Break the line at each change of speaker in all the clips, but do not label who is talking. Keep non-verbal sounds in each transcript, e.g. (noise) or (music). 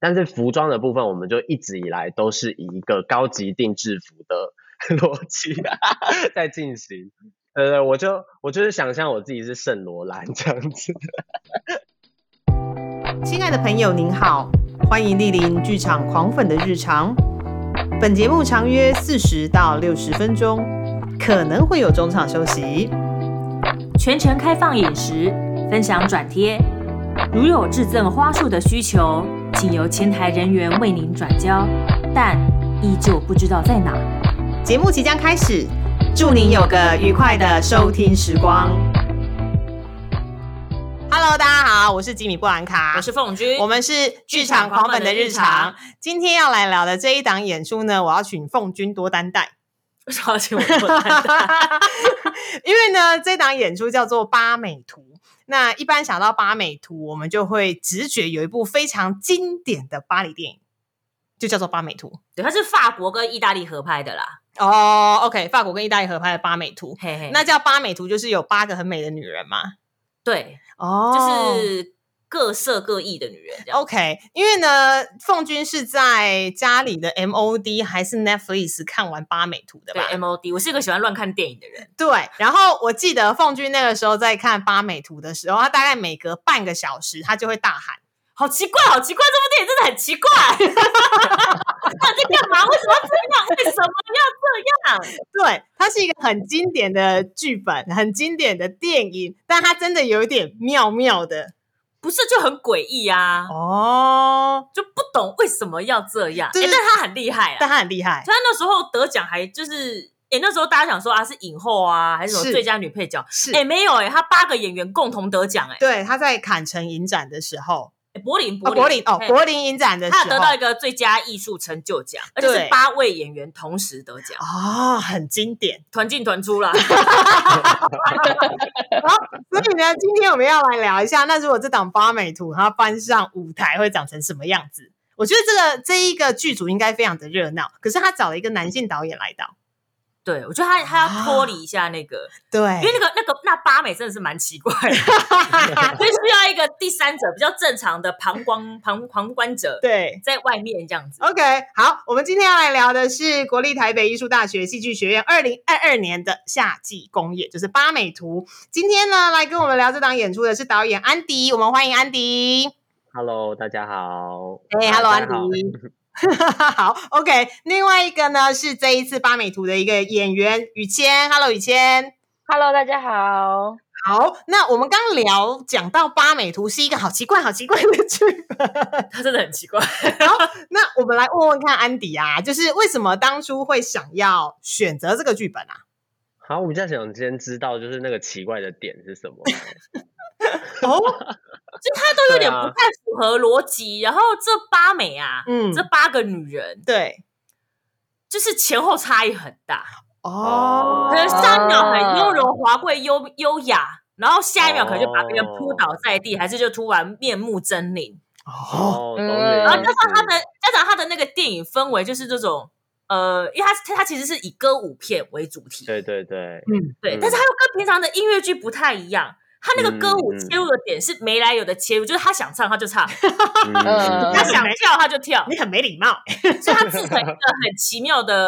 但是服装的部分，我们就一直以来都是以一个高级定制服的逻辑在进行。对对，我就我就是想象我自己是圣罗兰这样子。
亲爱的朋友，您好，欢迎莅临剧场狂粉的日常。本节目长约四十到六十分钟，可能会有中场休息。
全程开放饮食，分享转贴。如有致赠花束的需求，请由前台人员为您转交，但依旧不知道在哪。
节目即将开始，祝您有个愉快的收听时光。Hello，大家好，我是吉米布兰卡，
我是凤君，
我们是剧场狂粉的日常。今天要来聊的这一档演出呢，我要请凤君多担待，
为什么要请 (laughs) 我做担待？
(laughs) 因为呢，这档演出叫做《八美图》。那一般想到八美图，我们就会直觉有一部非常经典的巴黎电影，就叫做《八美图
对，它是法国跟意大利合拍的啦。》。
哦、o k 法国跟意大利合拍的《八美图》，
嘿嘿，
那叫《八美图》就是有八个很美的女人嘛。
对，
哦
就是各色各异的女人这样。
OK，因为呢，凤君是在家里的 MOD 还是 Netflix 看完《八美图》的
对
吧？
，MOD，我是一个喜欢乱看电影的人。
对，然后我记得凤君那个时候在看《八美图》的时候，他大概每隔半个小时，他就会大喊。
好奇怪，好奇怪，这部电影真的很奇 (laughs) 怪。到底在干嘛？为什么要这样？为什么要这样？
对，它是一个很经典的剧本，很经典的电影，但它真的有一点妙妙的
不是就很诡异啊？
哦。
就不懂为什么要这样。
就是
诶但他很厉害
但
啦，
它很厉害
他，那时候得奖还就是。哎、那时候大家想说啊，是影后啊，还是什么
是
最佳女配角？
是
哎、没有哎、他八个演员共同得奖哎、
对，他在坎城影展的时候，
诶柏林，
哦，柏林哦，
嘿
柏林影展的时
他有得
候
到，一个最佳艺术成就奖，而且是
对
八位演员同时得奖，
哦，很经典。
团进
(laughs)
团出啦。
所以呢，今天我们要来聊一下，那如果这档八美图它搬上舞台会长成什么样子？我觉得这个这一个剧组应该非常的热闹，可是他找了一个男性导演来导，
对，我觉得他他
啊
要脱离一下那个，
对
因为那个那个那八美真的是蛮奇怪的，所以需要一个第三者比较正常的旁观旁旁观者
(laughs) 对，
在外面这样子。
OK，好，我们今天要来聊的是国立台北艺术大学戏剧学院二零二二年的夏季公演，就是《八美图》。今天呢，来跟我们聊这档演出的是导演安迪，我们欢迎安迪。
Hello，大家好。
哎、
啊
h e l l
大
o 安
家好
迪。
(laughs)
好，OK。另外一个呢是这一次《八美图》的一个演员雨谦，Hello，雨谦。
Hello，大家好。
好，那我们刚聊讲到《八美图》是一个好奇怪、好奇怪的剧
他真的很奇怪，
(laughs) 那我们来问问看安迪啊，就是为什么当初会想要选择这个剧本啊？
好，我们现在想先知道，就是那个奇怪的点是什么？
哦，
就他都有
对
点
啊
不太符合逻辑。然后这八美啊，
嗯
这八个女人
对，
就是前后差异很大，
哦
可能上一秒很优柔华贵、优优雅，然后下一秒可能就把别人扑倒在地，还是就突然面目狰狞。
哦，
哦，
嗯
懂你的
然后
意
加上他
思
的，加上他的那个电影氛围，就是这种呃，因为他他其实是以歌舞片为主题，
对对对，
对
嗯
但是他又跟平常的音乐剧不太一样。他那个歌舞
嗯嗯
切入的点是没来由的切入，就是他想唱他就唱， (laughs)
嗯
呃
他想跳他就跳，
你很没礼貌。
所以他制成一个很奇妙的、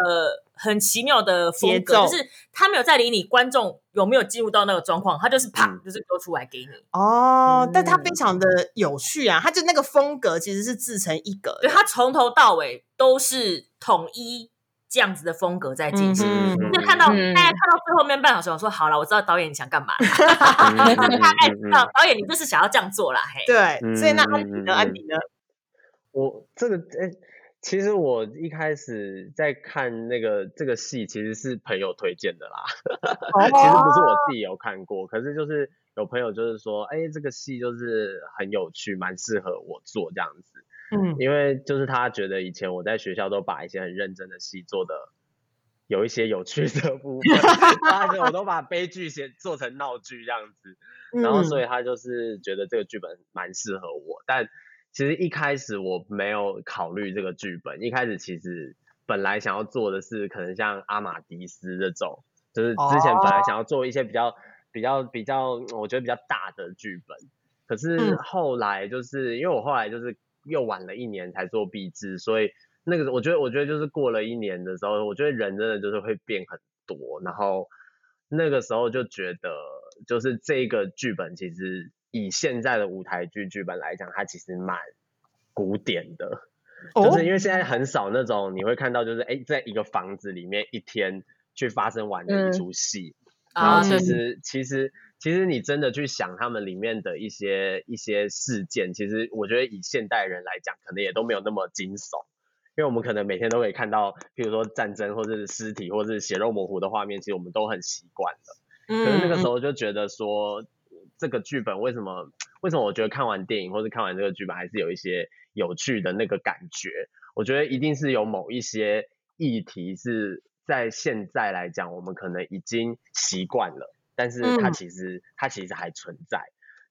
很奇妙的风
节
格，
奏
就是他没有在理你观众有没有进入到那个状况，他就是啪，
嗯
就是丢出来给你。
哦，但它
嗯
非常的有趣啊，它就那个风格其实是自成一格
对
的。
他从头到尾都是统一这样子的风格在进行。
嗯
嗯
就看到大
嗯
家看到最后面半小时，我说好了，我知道导演你想干嘛了，
嗯嗯
就大概知
嗯嗯
道导演你就是想要这样做啦，嘿，
对，
嗯
所以那安迪
嗯嗯嗯
呢？安迪呢？
我这个哎、其实我一开始在看那个这个戏，其实是朋友推荐的啦。 (laughs) 其实
哦，
不是我自己有看过，可是就是有朋友就是说，哎、这个戏就是很有趣，蛮适合我做这样子。
嗯，
因为就是他觉得以前我在学校都把一些很认真的戏做的有一些有趣的部分， (laughs) 他觉得我都把悲剧写做成闹剧这样子。嗯 (laughs)
哦
然后所
以
以他就是觉得这个剧本蛮适合我，但其实一开始我没有考虑这个剧本，一开始其实本来想要做的是可能像阿马迪斯这种，就是之前本来想要做一些比较、比较比较，我觉得比较大的剧本，可是
嗯
后来就是因为我后来就是又晚了一年才做壁纸，所以那个我觉得我觉得就是过了一年的时候，我觉得人真的就是会变很多，然后那个时候就觉得就是这个剧本其实以现在的舞台剧剧本来讲，它其实蛮古典的，就
哦
是因为现在很少那种你会看到，就是哎、诶在一个房子里面一天去发生完的一
嗯
出戏，然
啊
后
嗯
其
对
实、其实其实你真的去想他们里面的一些一些事件，其实我觉得以现代人来讲，可能也都没有那么惊悚。因为我们可能每天都可以看到，譬如说战争或者是尸体或者是血肉模糊的画面，其实我们都很习惯了。
嗯
可是那个时
嗯
候就觉得说，这个剧本为什么？为什么我觉得看完电影或者看完这个剧本，还是有一些有趣的那个感觉？我觉得一定是有某一些议题是在现在来讲，我们可能已经习惯了，但是它
嗯
其实、它其实还存在。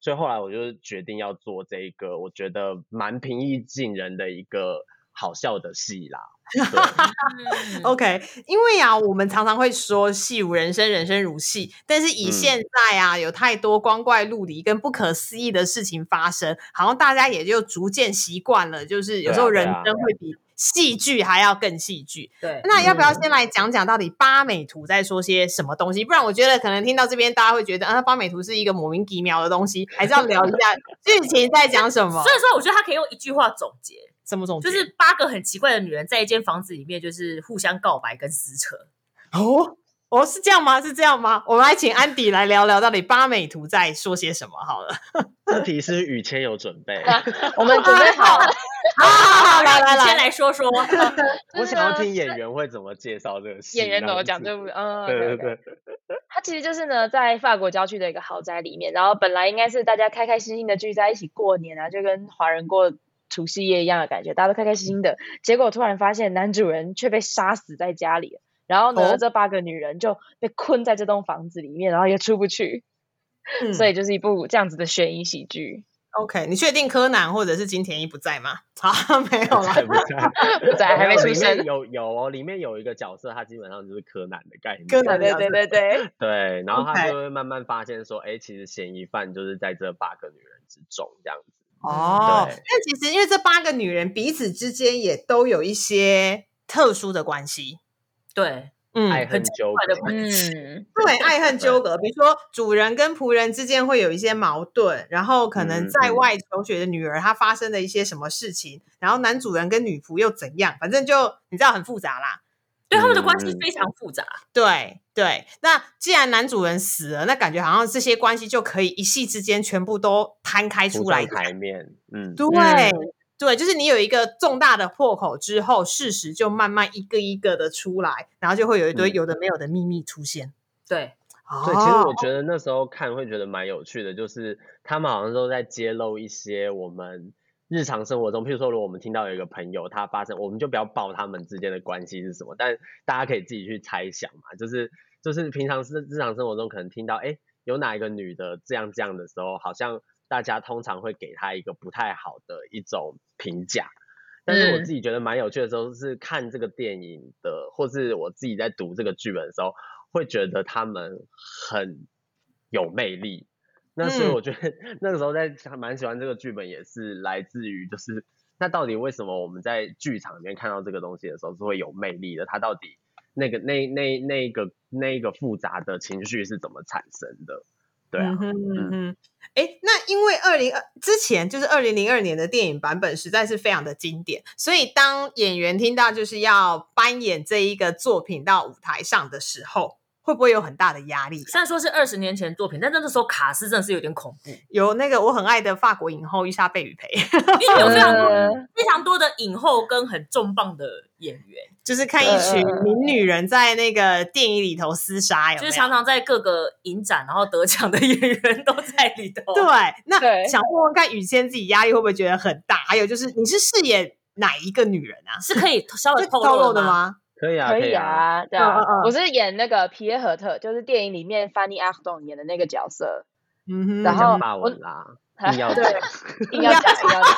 所以后来我就决定要做这一个，我觉得蛮平易近人的一个好笑的戏啦。对
嗯
嗯 OK，因为啊，我们常常会说“戏如人生，人生如戏”，但是以
嗯
现在啊，有太多光怪陆离跟不可思议的事情发生，好像大家也就逐渐习惯了，就是有
对
时候
啊对
人
啊
生会比戏剧还要更戏剧。
对，
那要不要
嗯
先来讲讲到底八美图在说些什么东西？不然我觉得可能听到这边大家会觉得，啊，八美图是一个莫名其妙的东西，还是要聊一下剧情在讲什么
所？以说我觉得他可以用一句话总结，
什么总结
就是八个很奇怪的女人在一间房子里面，就是互相告白跟撕扯。
哦。哦，是这样吗？是这样吗？我们来请安迪来聊聊到底八美图在说些什么好了。
这题是雨谦有准
(laughs)
备，
我们准备 (laughs) 好了，
好好好，来
让
来
你先
来，
来说说，
我
就是
想要
呢
听演员会怎么介绍这个戏。
演员怎么
样
讲
子
对不对？嗯，
对
对
对
对
对，
它其实就是呢，在法国郊区的一个豪宅里面，然后本来应该是大家开开心心的聚在一起过年啊，就跟华人过除夕夜一样的感觉，大家都开开心心的。结果突然发现男主人却被杀死在家里了，然后呢，
哦
这八个女人就被困在这栋房子里面，然后也出不去，
嗯
(laughs) 所以就是一部这样子的悬疑喜剧。
OK，你确定柯南或者是金田一不在吗？ (laughs) 好，没有啦。
在不在？
不在，还没
有
出
里面
生。 (laughs)
有有哦，里面有一个角色，他基本上就是柯南的概念。
柯
对
南
对对对对，
(laughs) 对，然后他
OK
就会慢慢发现说，哎，其实嫌疑犯就是在这八个女人之中这样子。
哦，
对
那其实因为这八个女人彼此之间也都有一些特殊的关系，
(laughs) 对，
嗯，
爱恨纠
怪的
葛，
朋友
(laughs) 嗯，
对，爱恨纠葛，比如说主人跟仆人之间会有一些矛盾，然后可能
嗯
在
嗯
外求学的女儿她发生了一些什么事情，然后男主人跟女仆又怎样，反正就你知道很复杂啦。
对他们的关系
嗯
非常复杂。
对对，那既然男主人死了，那感觉好像这些关系就可以一夕之间全部都摊开
浮
出来
上台面。嗯，
对、
嗯
对，就是你有一个重大的破口之后，事实就慢慢一个一个的出来，然后就会有一堆
嗯
有的没有的秘密出现。
对，
对，其实
哦
我觉得那时候看会觉得蛮有趣的，就是他们好像都在揭露一些我们日常生活中，譬如说，如果我们听到有一个朋友他发生，我们就不要报他们之间的关系是什么，但大家可以自己去猜想嘛，就是就是平常是日常生活中可能听到，哎，有哪一个女的这样这样的时候，好像大家通常会给她一个不太好的一种评价。但是我
嗯
自己觉得蛮有趣的时候，是看这个电影的，或是我自己在读这个剧本的时候，会觉得他们很有魅力。那所以
嗯
我觉得 (laughs) 那个时候在还蛮喜欢这个剧本，也是来自于就是那到底为什么我们在剧场里面看到这个东西的时候是会有魅力的？它到底那个那那那个那个复杂的情绪是怎么产生的？对啊
嗯，哼嗯哼，哎，那因为二零二之前就是二零零二年的电影版本实在是非常的经典，所以当演员听到就是要扮演这一个作品到舞台上的时候，会不会有很大的压力？啊
虽然说是二十年前的作品，但那个时候卡斯真的是有点恐
(laughs)
怖，
有那个我很爱的法国影后伊莎贝雨培，
因为有非
嗯
常多
呃
非常多的影后跟很重磅的演员，
就是看一群
嗯
名女人在那个电影里头厮杀，有没
就
有
是常常在各个影展然后得奖的演员都在里头。
对，啊那
对
想问问看，雨谦自己压力会不会觉得很大？还有就是，你是饰演哪一个女人啊？
是可以稍微
是透
(laughs) 透露
的？吗？
可以啊，
可
以
以啊，对
嗯
啊
嗯嗯，
我是演那个皮耶赫特，就是电影里面 Fanny Ashton 演的那个角色，
嗯哼，
然
讲
后
法
我
文啦，硬
(laughs)
要
(laughs) 对
讲，
硬要讲，硬要讲。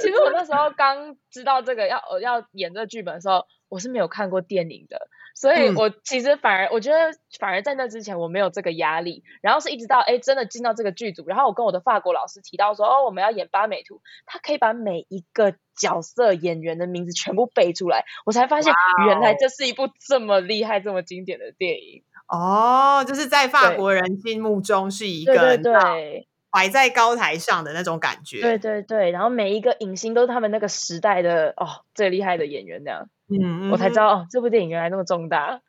其呃实我那时候刚知道这个要我要演这个剧本的时候，我是没有看过电影的，所以
嗯
我其实反而我觉得反而在那之前我没有这个压力，然后是一直到哎真的进到这个剧组，然后我跟我的法国老师提到说哦我们要演八美图，他可以把每一个角色演员的名字全部背出来，我才发现原来这是一部这么厉害、这么经典的电影。
哦，就是在法
对
国人心目中是一
对
个
对
你知道
对。
摆在高台上的那种感觉。
对对对，然后每一个影星都是他们那个时代的哦最厉害的演员那样，
嗯，嗯
我才知
哼。
道哦这部电影原来那么重大。
哎，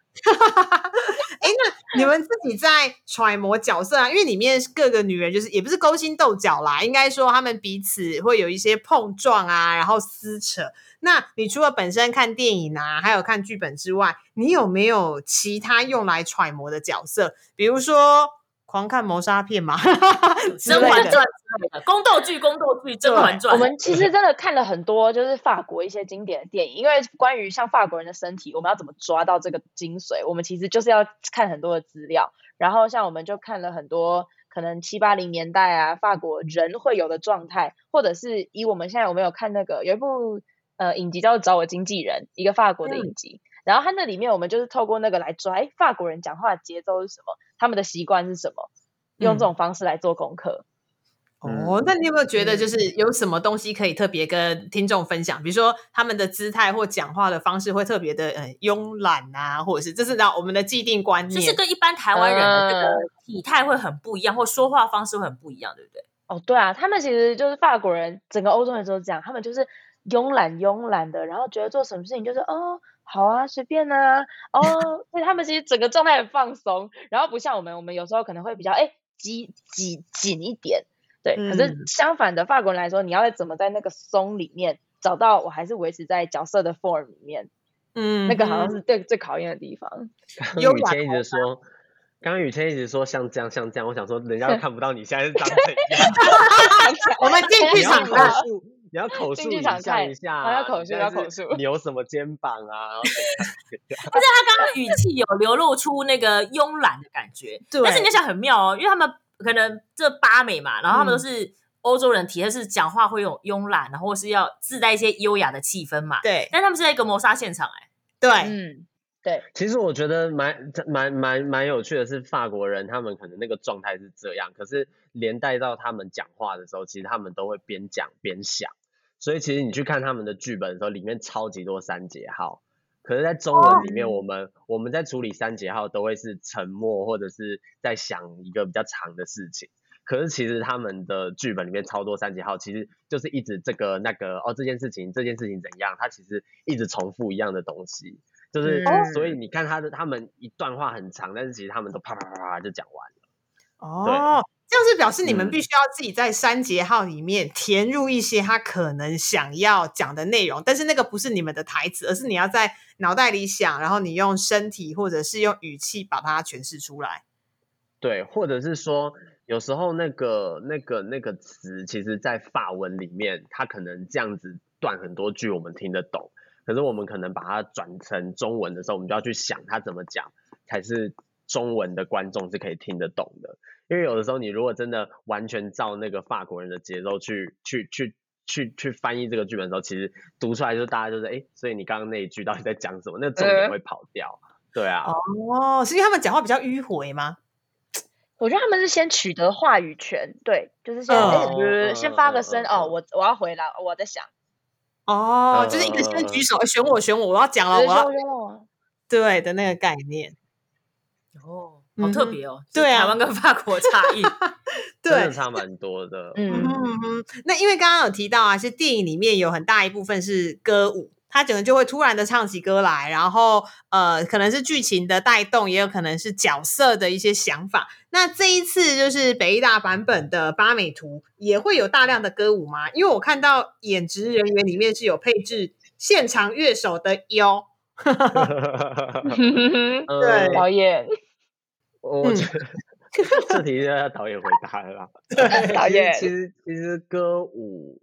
(laughs)
那你们自己在揣摩角色啊，因为里面各个女人就是也不是勾心斗角啦，应该说她们彼此会有一些碰撞啊，然后撕扯。那你除了本身看电影啊，还有看剧本之外，你有没有其他用来揣摩的角色？比如说狂看谋杀片 (laughs) 嘛，之
甄
类
嬛
的
传之类的，宫斗剧、宫斗剧、甄嬛传，
我们其实真的看了很多就是法国一些经典的电影，因为关于像法国人的身体，我们要怎么抓到这个精髓，我们其实就是要看很多的资料，然后像我们就看了很多。可能七八零年代啊，法国人会有的状态，或者是以我们现在我们有看那个有一部呃影集叫做《找我经纪人》，一个法国的
嗯
影集，然后它那里面我们就是透过那个来抓，哎，法国人讲话的节奏是什么，他们的习惯是什么，
嗯
用这种方式来做功课。
哦，那你有没有觉得
嗯
就是有什么东西可以特别跟听众分享？比如说他们的姿态或讲话的方式会特别的呃慵懒啊，或者是这是让我们的既定观
就是
念。
跟一般台湾人的这个
呃
嗯
体态会很不一样，或说话方式会很不一样，对不对？
哦，对啊，他们其实就是法国人，整个欧洲人都是这样，他们就是慵懒慵懒的，然后觉得做什么事情就是哦好啊，随便啊，
(laughs)
哦，所以他们其实整个状态很放松，然后不像我们，我们有时候可能会比较哎挤挤紧一点，对，可是
嗯
相反的，法国人来说，你要在怎么在那个松里面找到，我还是维持在角色的 form 里面，
嗯，
那个好像是最最考验的地方。
优
刚雨
雅
谦一直说，刚刚雨谦一直说像这样像这样，我想说人家都看不到你
(laughs)
现在是长怎样，
我们进
你
剧
要
场
口
看
述，你要口述
进剧
一
场
下
看
一下
啊
啊，
要口
你
述
现
要
在
口
是
述
扭什么肩膀啊？
(laughs)
他刚刚语气有流露出那个慵懒的感觉，
对
但是你想很妙哦，因为他们可能这八美嘛，然后他们都
嗯
是欧洲人，体现是讲话会有慵懒，然后是要自带一些优雅的气氛嘛。
对
但他们是在一个谋杀现场、哎，
对，
嗯，对，
其实我觉得蛮蛮蛮蛮有趣的是，法国人他们可能那个状态是这样，可是连带到他们讲话的时候，其实他们都会边讲边想，所以其实你去看他们的剧本的时候，里面超级多三节号。可是，在中文里面，我们、我们在处理三节号都会是沉默，或者是在想一个比较长的事情。可是其实他们的剧本里面超多三节号，其实就是一直这个那个哦，这件事情这件事情怎样，它其实一直重复一样的东西，就是、
嗯
所以你看他的他们一段话很长，但是其实他们都啪啪啪啪就讲完了。
哦。这样是表示你们
嗯
必须要自己在删节号里面填入一些他可能想要讲的内容，但是那个不是你们的台词，而是你要在脑袋里想，然后你用身体或者是用语气把它诠释出来。
对，或者是说，有时候那个那个那个词，其实在法文里面，它可能这样子断很多句，我们听得懂。可是我们可能把它转成中文的时候，我们就要去想它怎么讲，才是中文的观众是可以听得懂的。因为有的时候，你如果真的完全照那个法国人的节奏去去去去去翻译这个剧本的时候，其实读出来就大家就是哎，诶所以你刚刚那一句到底在讲什么？那重点
呃
会跑掉。对啊，
哦，是因为他们讲话比较迂回吗？
我觉得他们是先取得话语权，对，就是先、
嗯
哎比如先
嗯
发
嗯
个
嗯
声、
嗯
哦，我我要回来，我在想，
哦，就是一个先举手，哎选我选我，我要讲了，
呃就是
我要
说用啊
对的那个概念。
哦，
嗯
好
哼
特别哦，
对啊
台湾跟法国差
(laughs)
异，
真
对
的，差蛮多的。
嗯
嗯
哼嗯哼。那因为刚刚有提到啊，是电影里面有很大一部分是歌舞，它整个就会突然的唱起歌来，然后呃，可能是剧情的带动，也有可能是角色的一些想法。那这一次就是北艺大版本的八美图也会有大量的歌舞吗？因为我看到演职人员里面是有配置现场乐手的哟。
(laughs) 呃
对
导演，
我
嗯
我觉 (laughs) 得这题就要导演回答了啦。
导演，
其实其实歌舞，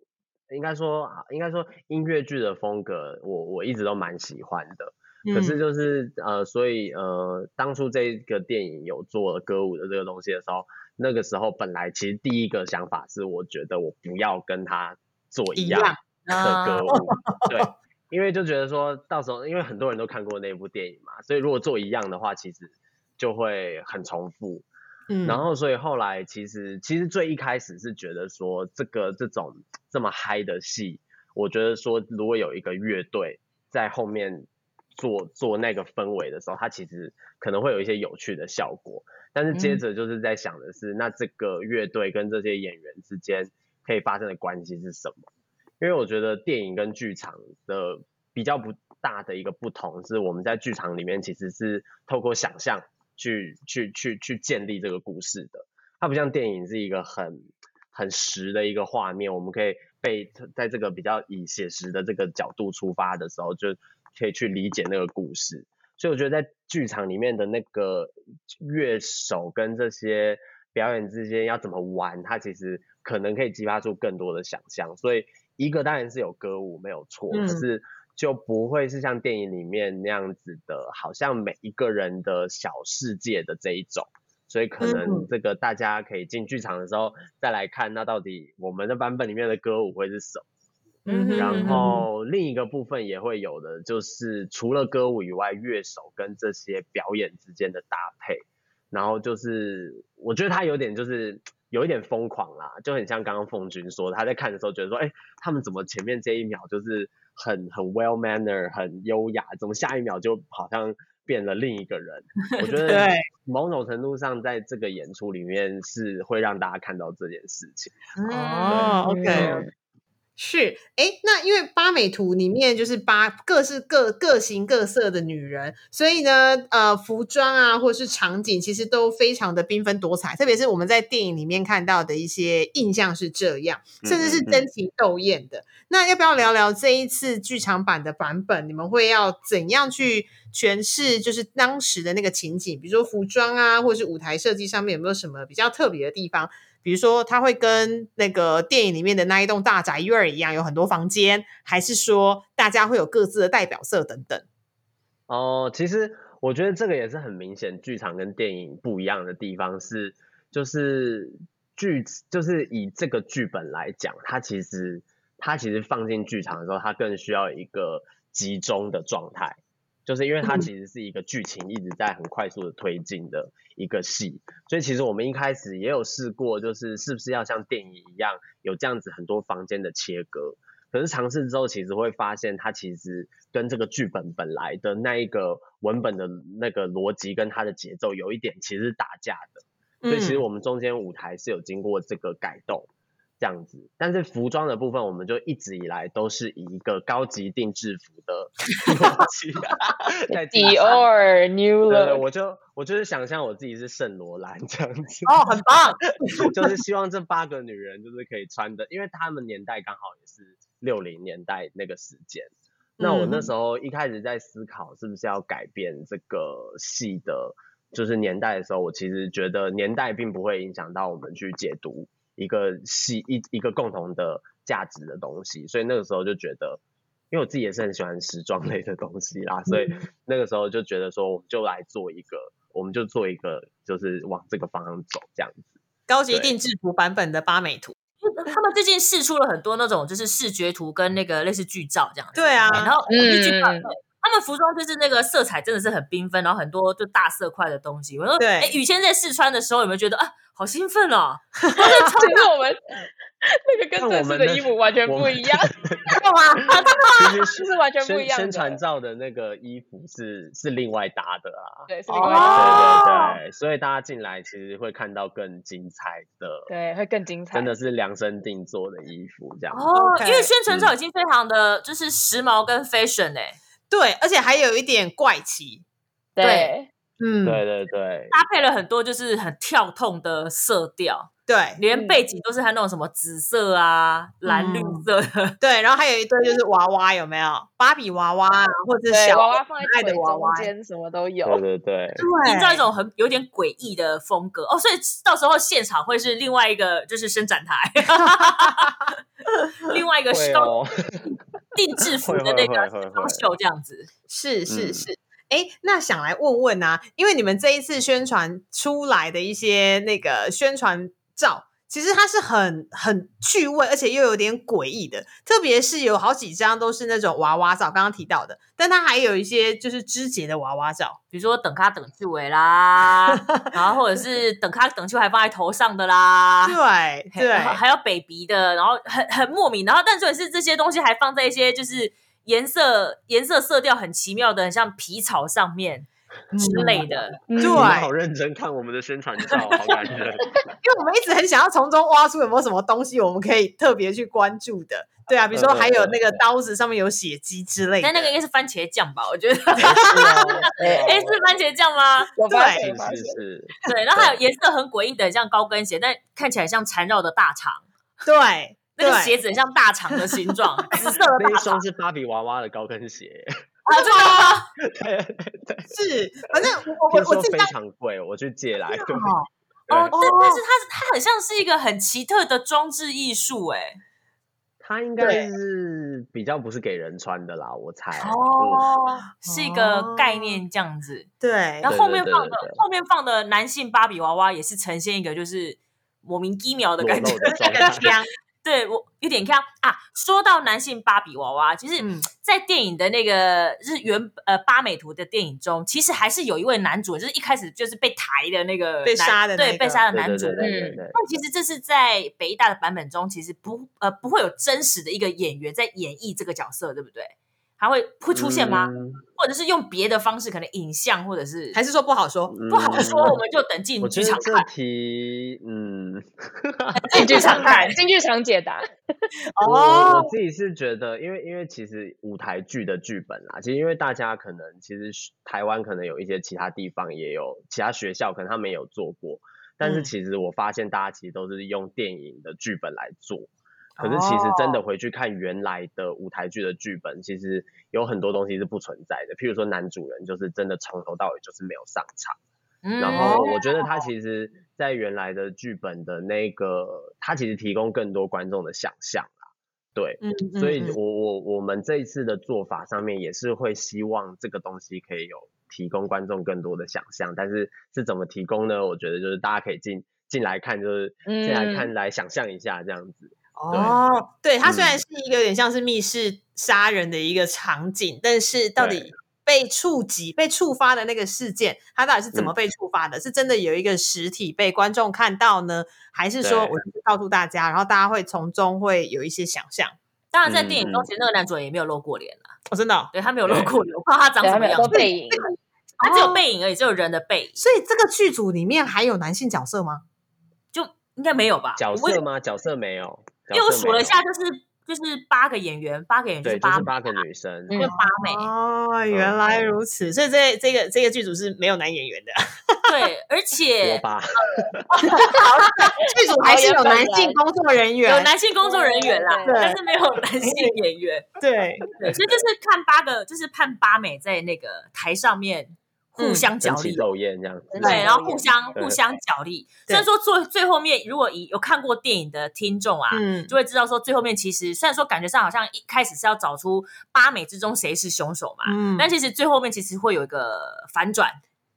应该说啊应该说音乐剧的风格，我我一直都蛮喜欢的。可
嗯
是就是呃，所以呃，当初这个电影有做歌舞的这个东西的时候，那个时候本来其实第一个想法是，我觉得我不要跟他做
一
一
样啊
样的歌舞，对。因为就觉得说到时候，因为很多人都看过那部电影嘛，所以如果做一样的话，其实就会很重复。
嗯，
然后所以后来其实其实最一开始是觉得说这个这种这么嗨的戏，我觉得说如果有一个乐队在后面做做那个氛围的时候，它其实可能会有一些有趣的效果。但是接着就是在想的是，那这个乐队跟这些演员之间可以发生的关系是什么？因为我觉得电影跟剧场的比较不大的一个不同是，我们在剧场里面其实是透过想象去去去去建立这个故事的，它不像电影是一个很很实的一个画面，我们可以被在这个比较以写实的这个角度出发的时候，就可以去理解那个故事。所以我觉得在剧场里面的那个乐手跟这些表演之间要怎么玩，它其实可能可以激发出更多的想象。所以一个当然是有歌舞没有错，
嗯
可是就不会是像电影里面那样子的，好像每一个人的小世界的这一种。所以可能这个大家可以进剧场的时候再来看，那到底我们的版本里面的歌舞会是什么？
嗯哼
然后另一个部分也会有的，就是除了歌舞以外，乐手跟这些表演之间的搭配，然后就是我觉得他有点就是有一点疯狂啦，就很像刚刚凤君说的，他在看的时候觉得说，哎，他们怎么前面这一秒就是很很 well manner 很优雅，怎么下一秒就好像变了另一个
(laughs)
人？我觉得
对
某种程度上，在这个演出里面是会让大家看到这件事情。
哦
嗯
，OK，是，哎，那因为八美图里面就是八各式各各形各色的女人，所以呢，呃，服装啊，或是场景，其实都非常的缤纷多彩。特别是我们在电影里面看到的一些印象是这样，甚至
嗯
是
嗯嗯
争奇斗艳的。那要不要聊聊这一次剧场版的版本？你们会要怎样去诠释？就是当时的那个情景，比如说服装啊，或是舞台设计上面有没有什么比较特别的地方？比如说，它会跟那个电影里面的那一栋大宅院儿一样，有很多房间，还是说大家会有各自的代表色等等？
哦，其实我觉得这个也是很明显，剧场跟电影不一样的地方是，就是剧就是以这个剧本来讲，它其实它其实放进剧场的时候，它更需要一个集中的状态，就是因为它其实是一个剧情一直在很快速的推进的一个戏，所以其实我们一开始也有试过，就是是不是要像电影一样有这样子很多房间的切割，可是尝试之后，其实会发现它其实跟这个剧本本来的那一个文本的那个逻辑跟它的节奏有一点其实是打架的，所以
嗯
其实我们中间舞台是有经过这个改动。这样子，但是服装的部分，我们就一直以来都是以一个高级定制服的逻辑在进行。
Dior New
对对，
(laughs) Look，
我就我就是想象我自己是圣罗兰这样子。
哦，很棒，
就是希望这八个女人就是可以穿的，因为她们年代刚好也是六零年代那个时间。那我那时候一开始在思考是不是要改变这个戏的，就是年代的时候，我其实觉得年代并不会影响到我们去解读一个戏一一个共同的价值的东西，所以那个时候就觉得。因为我自己也是很喜欢时装类的东西啦，所以 (laughs) 那个时候就觉得说，我们就来做一个，我们就做一个，就是往这个方向走这样子。
高级定制服版本的八美图。
他们最近试出了很多那种就是视觉图跟那个类似剧照这样子。
对啊
然后我就觉得
嗯
对他们服装就是那个色彩真的是很缤纷，然后很多就大色块的东西。我说，
对
哎，雨谦在试穿的时候有没有觉得啊，好兴奋哦？
就是
(laughs)
我们那个
但
跟正
我
式
们
的
的
衣服完全
我
不
们
一样，
干嘛？
其
就
实
是完全不
宣
一样的。
宣传照的那个衣服是是另外搭的啊，
对，是
哦
另外一
对
个
哦
对对，所以大家进来其实会看到更精彩的，
对，会更精彩。
真的是量身定做的衣服这样子。
哦
OK 嗯
因为宣传照已经非常的就是时髦跟 fashion 哎、
对，而且还有一点怪奇。
对，
嗯，
对对对，
搭配了很多就是很跳痛的色调，
对
连背景都是它那种什么紫色啊、蓝绿色的，
对，然后还有一堆就是娃娃，有没有？芭比娃娃啊，或者是
对，
小
娃娃放
可爱
在
的
腿
娃娃
中，间，什么都
对
有。
对对，
对
营造一种很有点诡异的风格哦。所以到时候现场会是另外一个就是伸展台， (laughs) 另外一个
会
是
哦，
定制服的那
会会
个
会会
时装秀这样子。
是是
嗯
是。哎，那想来问问啊，因为你们这一次宣传出来的一些那个宣传照，其实它是很很趣味，而且又有点诡异的。特别是有好几张都是那种娃娃照，刚刚提到的，但它还有一些就是肢解的娃娃照。
比如说等咖等去尾啦，然后或者是等咖等去还放在头上的
啊
啦，
对
嘿
(laughs) 对
然后还有 baby 的，然后很很莫名，然后但重点是这些东西还放在一些就是颜色颜色色调很奇妙的，很像皮草上面之类的，
嗯
对
你
(laughs)
们好认真看我们的宣传照，好感人。
因为我们一直很想要从中挖出有没有什么东西我们可以特别去关注的。对啊，比如
嗯
说还有那个刀子上面有血迹之类的。
但那个应该是番茄酱吧，我觉得，
对啊
哎、是番茄酱
(laughs)
吗？
我发现
对
我发
是
现
是是，
对，然后还有颜色很诡异的，很像高跟鞋，但看起来像缠绕的大肠，
对，
那个
对
鞋子很像大肠的形状，紫色的
那
大
一
肠
双是芭比娃娃的高跟鞋，
啊，真的吗？
对，
是，反正我我
听
我
说
自己
非
在
常贵，我去借来的。
哦
对
哦，但
哦
但是它是它很像是一个很奇特的装置艺术，哎，
它应该是比较不是给人穿的啦，我猜。嗯，
哦，是一个概念这样子。
对
然后后
对
面
对对
放的
对对
后面放的男性芭比娃娃也是呈现一个就是莫名其妙的
裸
感觉
露，的
(laughs)
状
那个
态。
枪，
对我有点像啊。说到男性芭比娃娃，其实
嗯
在电影的那个日原呃八美图的电影中，其实还是有一位男主，就是一开始就是被抬的那个
被
男
杀的那
对
个
被杀的
对
男
对
主嗯
对。对对对，
但其实这是在北艺大的版本中，其实不呃不会有真实的一个演员在演绎这个角色，对不对？还会会出现吗？
嗯？
或者是用别的方式，可能影像或者是
(laughs) 还是说不好说？
嗯
不好说，我们就等进
我觉
剧
得
场
这
看。
题，嗯，
进剧场看，进剧场解答。
我我
哦
我，自己是觉得，因为因为其实舞台剧的剧本啊啦，其实因为大家可能其实是台湾可能有一些其他地方也有其他学校，可能他们也有做过，但是
嗯
其实我发现大家其实都是用电影的剧本来做。可是其实真
哦
的回去看原来的舞台剧的剧本，其实有很多东西是不存在的。譬如说男主人就是真的从头到尾就是没有上场。然后
嗯
我觉
嗯
得他其实，在原来的剧本的那个，他其实提供更多观众的想象啦。对，
嗯，嗯
所以
嗯
我我我们这一次的做法上面也是会希望这个东西可以有提供观众更多的想象，但是是怎么提供呢？我觉得就是大家可以进进来看，就是进
嗯
来看来想象一下这样子。
哦，对，它
嗯
虽然是一个有点像是密室杀人的一个场景，但是到
对
底被触及、被触发的那个事件，它到底是怎
嗯
么被触发的？是真的有一个实体被观众看到呢，还是说
对
我就是告诉大家，然后大家会从中会有一些想象？
当然在电影
嗯
中，
嗯
其实那个男主人也没有露过脸啊，
哦，真的哦、
对他没有露过脸，我不知道他长
对，
什
他
么
们
样
有
子
都，
(laughs)
背影，
他只有背影而已，只有人的背影，
所以这个剧组里面还有男性角色吗？
就应该没有吧？
角
我也
色吗？角色没有。角
因为我
色
数
没
了一
有
下，，就是就是八个演员，八个演员
对，就
八
是
美
八个女生。
嗯
就八美，
嗯
哦，原来如此，所以这这个这个剧组是没有男演
(laughs)
员的，
对，而且
我吧，
剧组还
哦
是有男性工作人员，
有男性工作人员啦，
对
但是没有男性演员。 (laughs)
对，
对，所以就是看八个，就是看八美在那个台上面互相角
争奇
力，
斗艳这样子。
对，然后互相
对
互相角力。虽
对
然说最最后面，如果以有看过电影的听众啊，
嗯，
就会知道说最后面其实虽然说感觉上好像一开始是要找出八美之中谁是凶手嘛，
嗯
但其实最后面其实会有一个反转，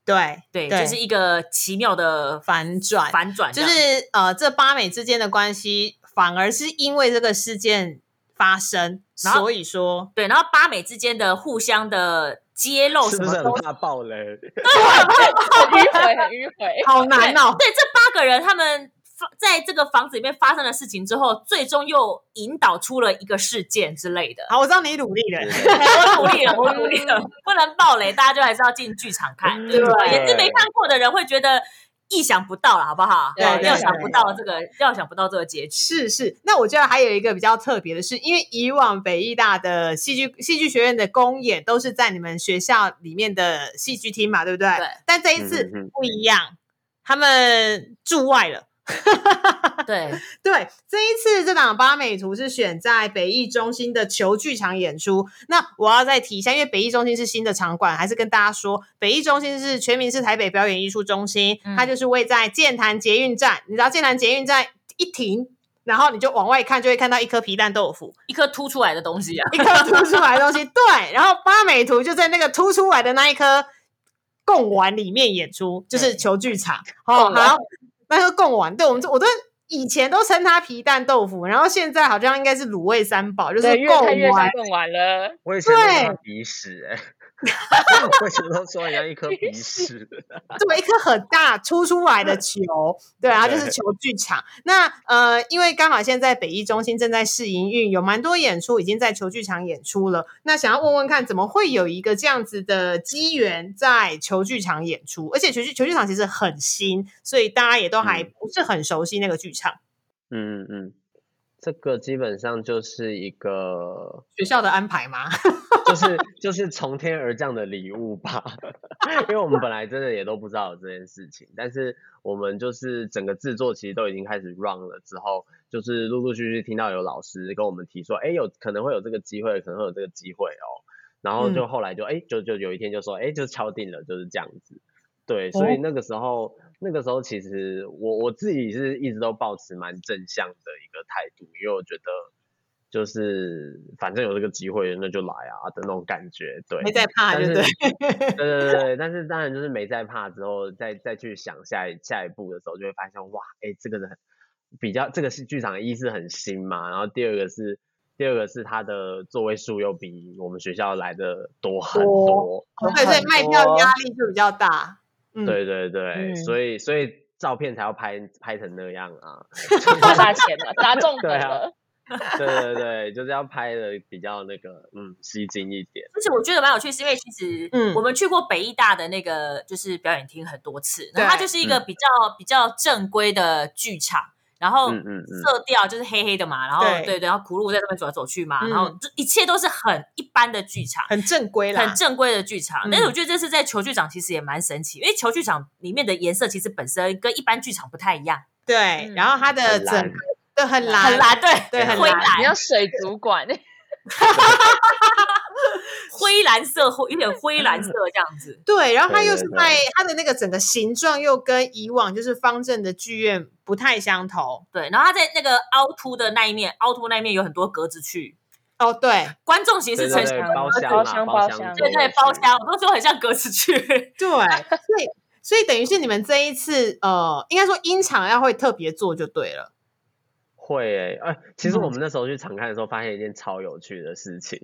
对
对，就是一个奇妙的
反转，
反转这
就
样，
是呃，这八美之间的关系，反而是因为这个事件发生，
然后
所以说
对，然后八美之间的互相的揭露
是
什
不
么
是
东
很怕爆
(laughs)
雷？
很迂回，很迂回。
好难哦，
对，这八个人他们发在这个房子里面发生的事情之后，最终又引导出了一个事件之类的。
好，我知道你努力了，
对
(laughs) 我努力了，我努力了，不能暴雷，大家就还是要进剧场看。
对
也是没看过的人会觉得意想不到了，好不好？
对
哦
对
料
对
想不到这个，料想不到这个结 (laughs) 局。
是是，那我觉得还有一个比较特别的是，因为以往北艺大的戏剧戏剧学院的公演都是在你们学校里面的戏剧厅嘛，对不对？
对
但这一次
嗯嗯嗯
不一样，他们驻外了。
对，
对，这一次这档八美图是选在北艺中心的球剧场演出。那我要再提一下，因为北艺中心是新的场馆，还是跟大家说，北艺中心是全名是台北表演艺术中心，
嗯
它就是位在建潭捷运站。你知道建潭捷运站一停，然后你就往外看，就会看到一颗皮蛋豆腐，
一颗凸出来的东西啊，
一颗凸出来的东西。对，然后八美图就在那个凸出来的那一颗贡丸里面演出，就是球剧场。哦，
贡丸
好，那个贡丸，对我们这我都以前都称它皮蛋豆腐，然后现在好像应该是卤味三宝，就是
对，越
够
看越像
完。
更晚了。
我以前都
对
叫鼻屎哎、 (laughs) 我以前都说人家一颗鼻
(laughs)
屎，
这么一颗很大凸出来的球，对，然后就是
对
球剧场。那呃，因为刚好现在北艺中心正在试营运，有蛮多演出已经在球剧场演出了。那想要问问看，怎么会有一个这样子的机缘在球剧场演出？而且球剧球剧场其实很新，所以大家也都还
嗯
不是很熟悉那个剧
嗯
场。
嗯嗯，这个基本上就是一个
学校的安排吗？
就是 (laughs) 就是从天而降的礼物吧， (laughs) 因为我们本来真的也都不知道有这件事情，但是我们就是整个制作其实都已经开始 run 了之后，就是陆陆续续听到有老师跟我们提说，哎，有可能会有这个机会，可能会有这个机会哦，然后就后来就哎、诶就就有一天就说，哎，就敲定了，就是这样子。对，所以那个时候，那个时候其实我我自己是一直都保持蛮正向的一个态度，因为我觉得就是反正有这个机会，那就来啊的那种感觉。对，
没在怕，
但
对
是
不对？ (laughs)
对对对对，但是当然就是没在怕之后，再再去想下一下一步的时候，就会发现哇，哎，这个人比较这个是剧场一是很新嘛，然后第二个是第二个是它的座位数又比我们学校来的多很
多
多，
对，所以
很
卖票
多
压力就比较大。嗯，
对对对，
嗯
所以所以照片才要拍拍成那样啊，
花大钱
(laughs)
了，砸中
对
本
啊
了。
对对对，就是要拍的比较那个嗯吸睛一点，
而且我觉得蛮有趣，是因为其实，
嗯
我们去过北艺大的那个就是表演厅很多次，然后它
对
就是一个比较、比较正规的剧场，然后
嗯嗯嗯
色调就是黑黑的嘛，然后
对
对对，然后苦路在上面走来走去嘛，
嗯
然后就一切都是很一般的剧场。
很正规啦，
很正规的剧场，
嗯
但是我觉得这次在球剧场其实也蛮神奇，因为球剧场里面的颜色其实本身跟一般剧场不太一样，
对。
嗯
然后它的
很
整
蓝
个对很蓝，
很蓝，对
对
啊
很
灰
蓝
蓝
你，要水族
(laughs)
馆，
灰蓝色，灰有点灰蓝色这样子。
对，然后它
对
又
对
是
对
在它的那个整个形状又跟以往就是方正的剧院不太相同。
对，然后它在那个凹凸的那一面，凹凸那一面有很多格子去，
(laughs)
哦，对
观众其实
对
是
对
呈
对
现
包
格子
厢
包
啦
厢
包
包
厢
厢
座
对对
位，
包
区
厢，我都说很像格子去。 (laughs)
对，所以所以等于是你们这一次呃，应该说音场要会特别做就对了。
会诶、哎、其实
嗯
我们那时候去场看的时候，发现一件超有趣的事情。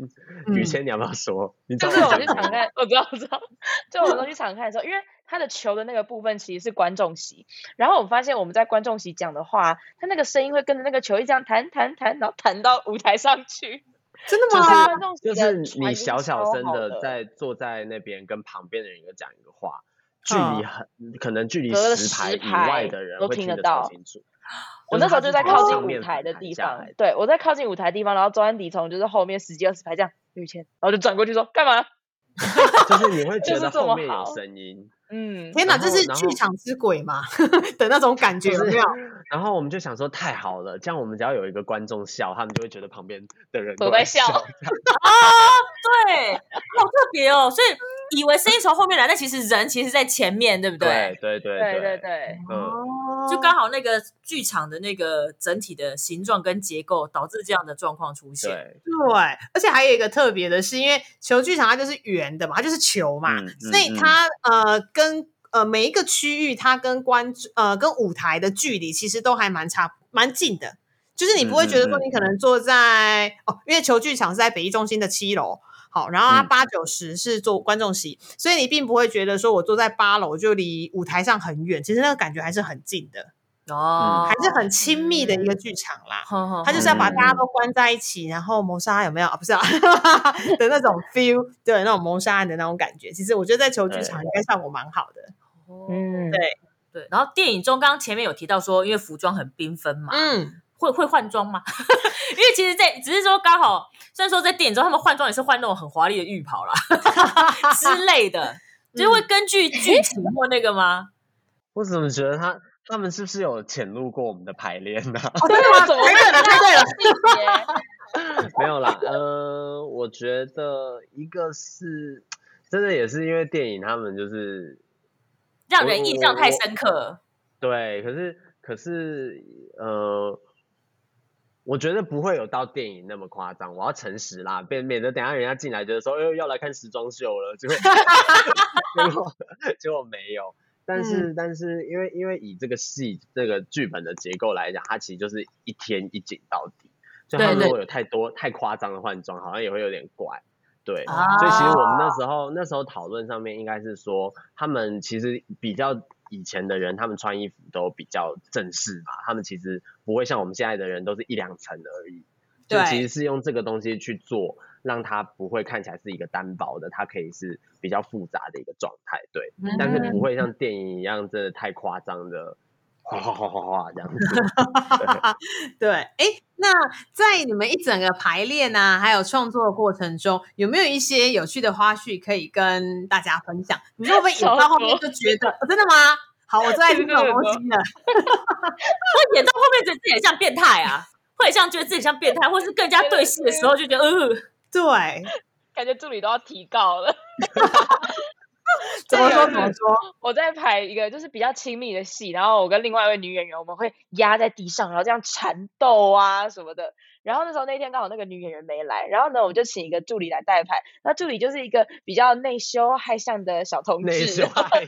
嗯
雨谦，你要不要说？你知
就
道
是我
我
们
讲什
去场
么吗？
看，我知道，我知道。 (laughs) 就我们去场看的时候，因为它的球的那个部分其实是观众席，然后我发现我们在观众席讲的话，它那个声音会跟着那个球一直这样弹弹弹，然后弹到舞台上去。
真的
就是
吗？
观众席
就
的
是
传
你
音
小小
超
声
好
的
的
在坐在那边跟旁边的人讲一个话，距
嗯
离很可能距离
隔了
十排
10
以外
排
的人
都
会
听
听
得
得超
到
清楚。
我
是
那时
它
候就是在
从
靠
上
近
面
舞台的
反弹
地
下
方
(laughs) 来，
对我在靠近舞台的地方，然后周安迪从就是后面十几二十排这样，于谦，然后就转过去说干嘛？ (laughs)
就是你会
就
觉
是
得
这
后
么
面有
好
声音，
嗯，
天哪，
然
这
后
是
然
剧
后
场之鬼嘛 (laughs) 的那种感觉，
就
有没
是
有？
然后我们就想说太好了，这样我们只要有一个观众笑，他们就会觉得旁边的人
都在
在
笑 (laughs)
这样
对，好特别哦。所以以为声音从后面来，但其实人其实在前面，对不对？
对对对
对对
对，
对，
嗯。
哦
就刚好那个剧场的那个整体的形状跟结构，导致这样的状况出现。
对，
对，而且还有一个特别的是，因为球剧场它就是圆的嘛，它就是球嘛，
嗯嗯
所
嗯
以它呃跟呃每一个区域它跟观众呃跟舞台的距离其实都还蛮差蛮近的，就是你不会觉得说
嗯嗯嗯
你可能坐在、哦，因为球剧场是在北艺中心的七楼。好，然后它
嗯
八九十是坐观众席，所以你并不会觉得说我坐在八楼就离舞台上很远，其实那个感觉还是很近的，
哦，
还是很亲密
哦
的一
嗯
个剧场啦。
哼，哼
嗯他就是要把大家都关在一起，然后谋杀案有没有啊？不是啊的那种 feel，对，那种谋杀案的那种感觉。其实我觉得在球剧场应该效果蛮好的。
嗯，
对
对。然后电影中，刚刚前面有提到说，因为服装很缤纷嘛，
嗯，
会会换装吗？ (laughs) 因为其实在，只是说刚好，虽然说在电影中他们换装也是换那种很华丽的浴袍啦 (laughs) 之类
(laughs)
的，就是
嗯
会根据剧情或那个吗？
我怎么觉得他他们是不是有潜入过我们的排练呢、
哦，真的吗？
怎么
猜对了，猜对了。
对，
(laughs) 没有啦，呃，我觉得一个是真的也是因为电影，他们就是
让人印象太深刻了。
对，可是可是呃，我觉得不会有到电影那么夸张。我要诚实啦，免免得等一下人家
(laughs)
进来觉得说，哎呦要来看时装秀了，结果结果结果没有。但
嗯
是、但是因为因为以这个戏这个剧本的结构来讲，它其实就是一天一景到底，所以它
对对
如果有太多太夸张的换装，好像也会有点怪。对，
啊
所以其实我们那时候那时候讨论上面应该是说，他们其实比较以前的人，他们穿衣服都比较正式嘛，他们其实不会像我们现在的人都是一两层而已。就
对
其实是用这个东西去做，让它不会看起来是一个单薄的，它可以是比较复杂的一个状态，对。
嗯
但是不会像电影一样，真的太夸张的，哗哗哗哗哗这样子。
对，哎，那在你们一整个排练啊，还有创作的过程中，有没有一些有趣的花絮可以跟大家分享？你会不会演到后面就觉得、哦真的吗？好，我最爱听这种东西了。
会演到后面觉得自己很像变态啊，会很像觉得自己像变态，或是更加对戏的时候就觉得，呃，
对，
感觉助理都要提高了。 (laughs)
怎么说
这个
怎么说？
我在排一个就是比较亲密的戏，然后我跟另外一位女演员，我们会压在地上，然后这样缠斗啊什么的。然后那时候那天刚好那个女演员没来，然后呢我就请一个助理来代排。那助理就是一个比较内羞害相的小同志，
内
(laughs) 内
心
向
还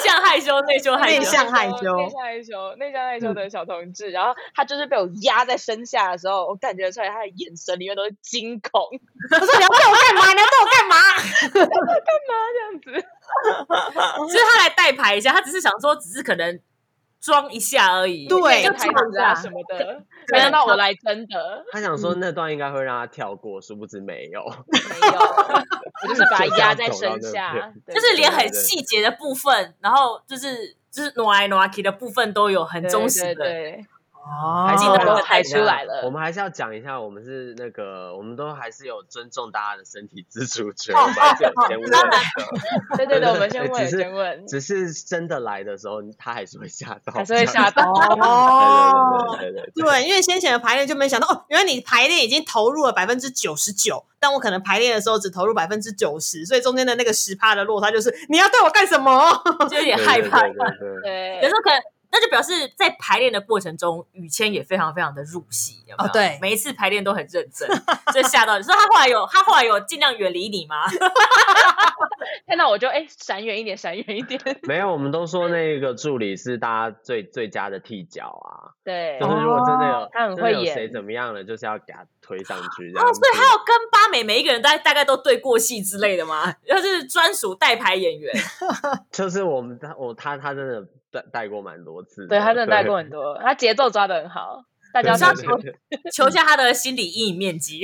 像是
(laughs)
害羞，
内向害羞，内羞害
内
羞，
向害羞
内向害羞，内向害羞的小同志。然后他就是被我压在身下的时候，我感觉出来他的眼神里面都是惊恐， (laughs)
我说你要对我干嘛？你要对我干嘛？
这样子。
(laughs) 就是他来代排一下，他只是想说，只是可能装一下而已，
对
就
就
这
台
只
样
词啊
子啊
什么的，
可
没
能
想到
他
我来真的。
他想说那段应该会让他跳过，殊不知没有，
没有，我就是把它压在身
(laughs) 就这样走到那
下，对
就是连很
对对
细节的部分，然后就是就是挪来挪去的部分都有很忠实
对对
的，
对
哦
还
记
是
得
我们
我
排
还
出
是要
来了
我们还是要讲一下，我们是那个，我们都还是有尊重大家的身体自主权，
哦
我们还
(laughs)
是有
哦哦
先问
当
的。
对对对，我
(laughs)
们先
对
问，
只是
先问，
只是真的来的时候，他还是会吓到，
还是会吓到。
哦。
对。对对对对对。
对，因为先前的排练就没想到哦，原来你排练已经投入了百分之九十九，但我可能排练的时候只投入百分之九十，所以中间的那个十趴的落差就是你要对我干什么？ (laughs)
就有点
对
害怕。
对对对对
有
对
时，候可能那就表示在排练的过程中，雨谦也非常非常的入戏，有没有
哦对
每一次排练都很认真，就吓到你。所以他后来有他后来有尽量远离你吗？
看到我就哎，闪远一点，闪远一点。
没有，我们都说那个助理是大家最最佳的替脚啊，
对，
就是如果真的有，
哦他很
真的
会
有
演
谁怎么样了，就是要给他推上去这
哦，
样子。
所以他有跟八美每一个人大概大概都对过戏之类的吗？就是专属代排演
(laughs)
员，
就是我们他我他他真的带带过蛮多次的，
对他真的带过很多，他节奏抓的很好，大
对。对
家要
上
小
对
心
手。
对
求一下他的心理阴影面
(laughs)
积。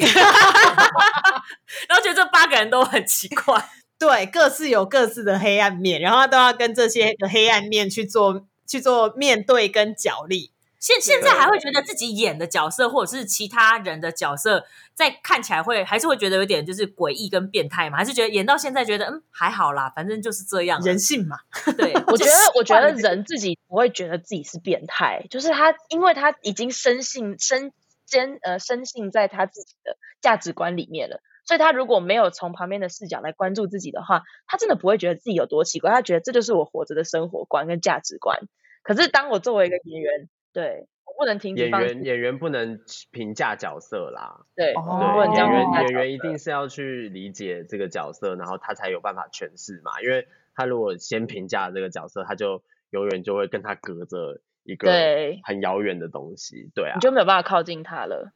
然后觉得这八个人都很奇怪，
对，各自有各自的黑暗面，然后都要跟这些的黑暗面去做去做面对跟角力。
现现在还会觉得自己演的角色或者是其他人的角色，在看起来会还是会觉得有点就是诡异跟变态嘛？还是觉得演到现在觉得嗯还好啦，反正就是这样了。
人性嘛，
对，
(laughs) 我觉得，我觉得
就是
人自己不会觉得自己是变态，就是他，因为他已经深信深深呃深信在他自己的价值观里面了，所以他如果没有从旁边的视角来关注自己的话，他真的不会觉得自己有多奇怪，他觉得这就是我活着的生活观跟价值观。可是当我作为一个演员，对我不能停止
演
放
员
弃，
演员不能评价角色啦，
对，
哦
我不能
对，
这样
演
评
员
价
演
角
员一定是要去理解这个角色，然后他才有办法诠释嘛。因为他如果先评价这个角色，他就永远就会跟他隔着一个
对
很遥远的东西，对啊
你。就没有办法靠近他了。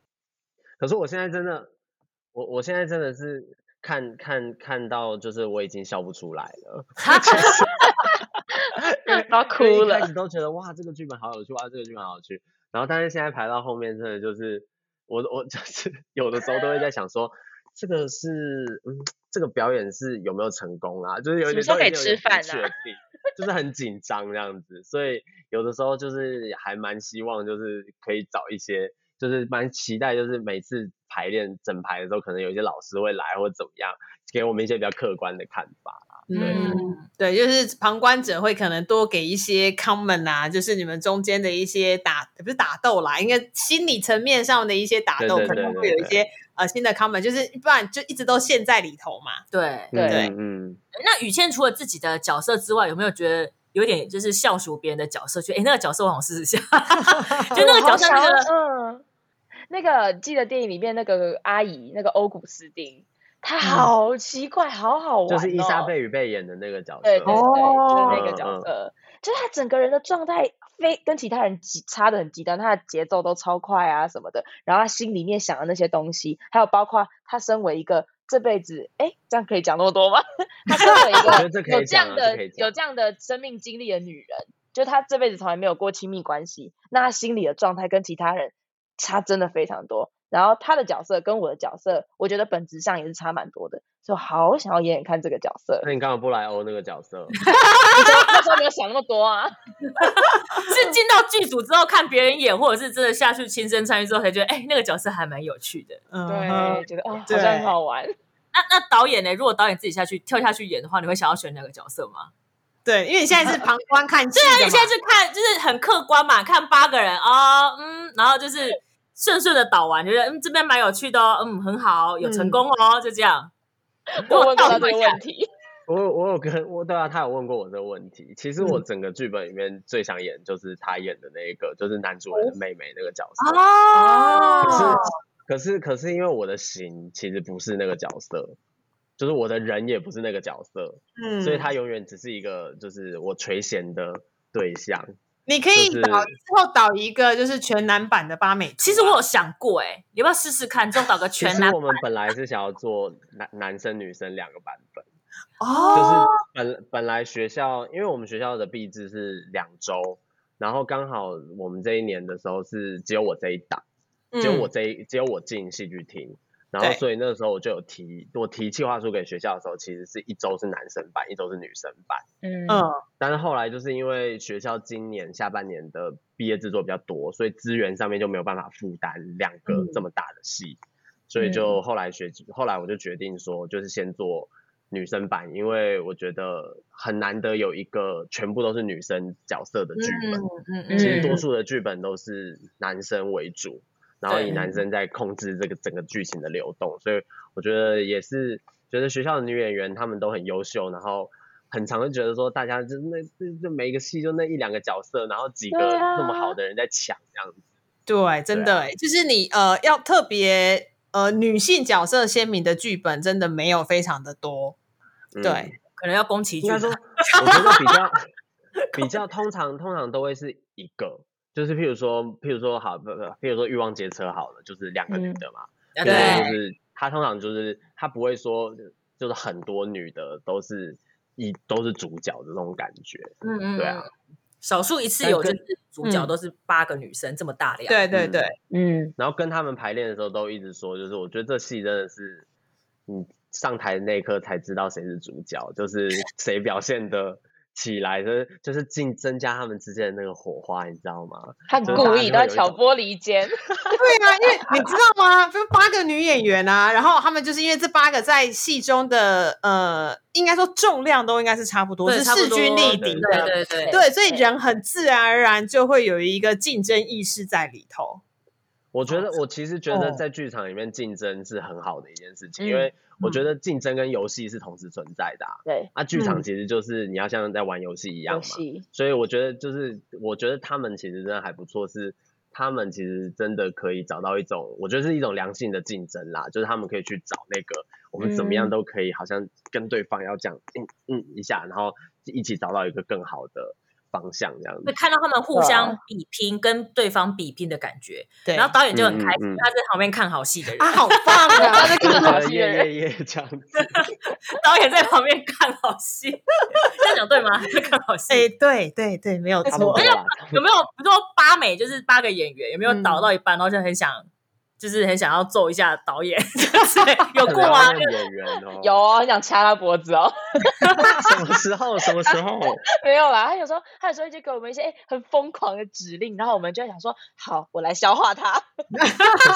可是我现在真的，我我现在真的是看看看到，就是我已经笑不出来了，因为
然后
因为
哭
一开
了
始都觉得哇，这个剧本好有趣，哇，这个剧本好有趣。然后但是现在排到后面，真的就是我我就是 (laughs) 有的时候都会在想说，这个是嗯，这个表演是有没有成功啊？就是有
什么
点
时候
都已
可以
经有点
吃
不
饭啊
确定就是很紧张这样子，所以有的时候就是还蛮希望就是可以找一些，就是蛮期待就是每次排练整排的时候，可能有一些老师会来或怎么样，给我们一些比较客观的看法。
嗯，对，就是旁观者会可能多给一些 comment 啊，就是你们中间的一些打，不是打斗啦，应该心理层面上的一些打斗，
对对
可能
对
会有一
对
些呃新的 comment，就是不然就一直都陷在里头嘛。
对。
对
嗯嗯。
那雨倩除了自己的角色之外，有没有觉得有点就是笑熟别人的角色？觉得哎、诶那个角色我想试试下， (laughs) 就那个角色那
(laughs)
个
嗯，那个记得电影里面那个阿姨，那个欧古斯丁，他好奇怪，好好玩、哦，
就是伊莎贝与贝演的那个角色。
对对对，就是那
哦
个角色，就是他整个人的状态非跟其他人极差的很极端，他的节奏都超快啊什么的，然后他心里面想的那些东西，还有包括他身为一个这辈子，哎，这样可以讲那么多吗？ (laughs) 他身为
我觉得
一
这
个
可以
有这
讲啊
样
这可
的
以讲
有这样的生命经历的女人，就她这辈子从来没有过亲密关系，那她心里的状态跟其他人差真的非常多。然后她的角色跟我的角色，我觉得本质上也是差蛮多的，所以我好想要演演看这个角色。
那你干嘛不来欧那个角色？ (laughs)
你说那时候没有想那么多啊，
是进到剧组之后看别人演，或者是真的下去亲身参与之后才觉得，哎、那个角色还蛮有趣的。
嗯哼
对，觉得哦，好
对
像很好
(laughs)
玩。
那那导演呢？如果导演自己下去跳下去演的话，你会想要选哪个角色吗？
对，因为你现在是旁观看戏，
(laughs) 对啊，因为你现在是看就是很客观嘛，看八个人哦，嗯，然后就是顺顺的导完，觉得嗯这边蛮有趣的哦，嗯很好，有成功哦，就这样。如
我
果
问到
倒
这
过
个
来
问题，
我有我有跟我对啊，他有问过我这个问题。其实
嗯
我整个剧本里面最想演就是他演的那一个，就是男主人的妹妹那个角色。可是
哦，
可是可是因为我的型其实不是那个角色，就是我的人也不是那个角色，
嗯
所以他永远只是一个就是我垂涎的对象。
你可以
就是
导之后导一个就是全男版的八美图啊，
其实我有想过、哎，你要不要试试看，就导个
其
全
实
男
我们本来是想要做男男生女生两个版本，就
哦
是本本来学校，因为我们学校的毕制是两周，然后刚好我们这一年的时候是只有我这一档，只有
嗯
我这一、只有我进戏剧厅，然后
对
所以那时候我就有提，我提计划书给学校的时候，其实是一周是男生版，一周是女生版。
嗯，
嗯
但是后来就是因为学校今年下半年的毕业制作比较多，所以资源上面就没有办法负担两个这么大的戏，所以就后来学后来我就决定说，就是先做女生版，因为我觉得很难得有一个全部都是女生角色的剧本，
嗯
嗯
其实多数的剧本都是男生为主，然后以
对
男生在控制这个整个剧情的流动，所以我觉得也是觉得学校的女演员她们都很优秀，然后很常会觉得说大家就那就就每一个戏就那一两个角色，然后几个
对啊
这么好的人在抢这样子，
对，真
啊
的、欸，就是你呃要特别呃女性角色鲜明的剧本，真的没有非常的多。
嗯
对，
可能要宫崎
应
骏
该
啊，
说我觉得比较比较通常通常都会是一个。就是譬如说，譬如说好，不不，譬如说欲望街车好了，就是两个女
嗯
的嘛，对，
啊对
就
对，
是他通常就是他不会说，就是很多女的都是一都是主角的那种感觉，
嗯嗯，
对啊
嗯。少数一次有就
但
是主角
嗯
都是八个女生这么大量，
对对
嗯
对，
嗯，
然后跟他们排练的时候都一直说，就是我觉得这戏真的是，你上台的那一刻才知道谁是主角，就是谁表现的起来，就是就是尽增加他们之间的那个火花，你知道吗？
他
就是
故
大家
意
就会
都在
有一
挑
种
拨离间，
对啊，因为你知道吗？就八个女演员啊，然后她们就是因为这八个在戏中的呃，应该说重量都应该是差不多，
对
是
差不
势
多
均力
对
敌
对
的。
对对
对，所以
对
人很自然而然就会有一个竞争意识在里头。
我觉得我其实觉得
哦
在剧场里面竞争是很好的一件事情，因
嗯
为我觉
嗯
得竞争跟游戏是同时存在的啊、
对，
啊，剧场
嗯
其实就是你要像在玩游戏一样
游
嘛， (laughs)
戏，
所以我觉得就是，我觉得他们其实真的还不错，是他们其实真的可以找到一种，我觉得是一种良性的竞争啦，就是他们可以去找那个我们怎么样
嗯
都可以，好像跟对方要讲嗯嗯一下，然后一起找到一个更好的方向这样
会
(laughs)
子。
看到他们互
对啊
相比拼，跟对方比拼的感觉。
对，
然后导演就很
嗯嗯
开心，
嗯
他在旁边看好戏的人，
啊，好棒啊！
他是更好
对
戏
耶
的人，
耶耶，这样子，
导演在旁边看好戏， (laughs) 这样讲对吗？看好戏。
哎、对对对，没有
差
错
不。多
对啊，
有没有比如说八美就是八个演员，有没有
嗯
导到一半，然后就很想，就是很想要揍一下导演， (laughs) 就是有
可能
过
要
吗？
问演员哦，
有哦，很想掐他脖子哦，
(laughs) 什么时候？什么时候？
没有啦，他有时候他有时候就给我们一些哎很疯狂的指令，然后我们就会想说，好，我来消
(laughs)
化他，
可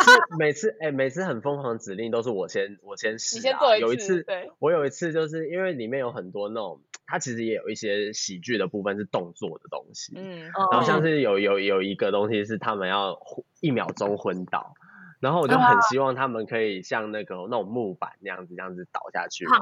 是每次哎、每次很疯狂的指令都是我先我先试、啊，
你先做
有
一
一次
对，
我有一次就是因为里面有很多那种，它其实也有一些喜剧的部分是动作的东西，
嗯，
(laughs) 然后
哦
像是有有有一个东西是他们要昏一秒钟昏倒，然后我就很希望他们可以像那个那种木板那样子这样子倒下去，
啊，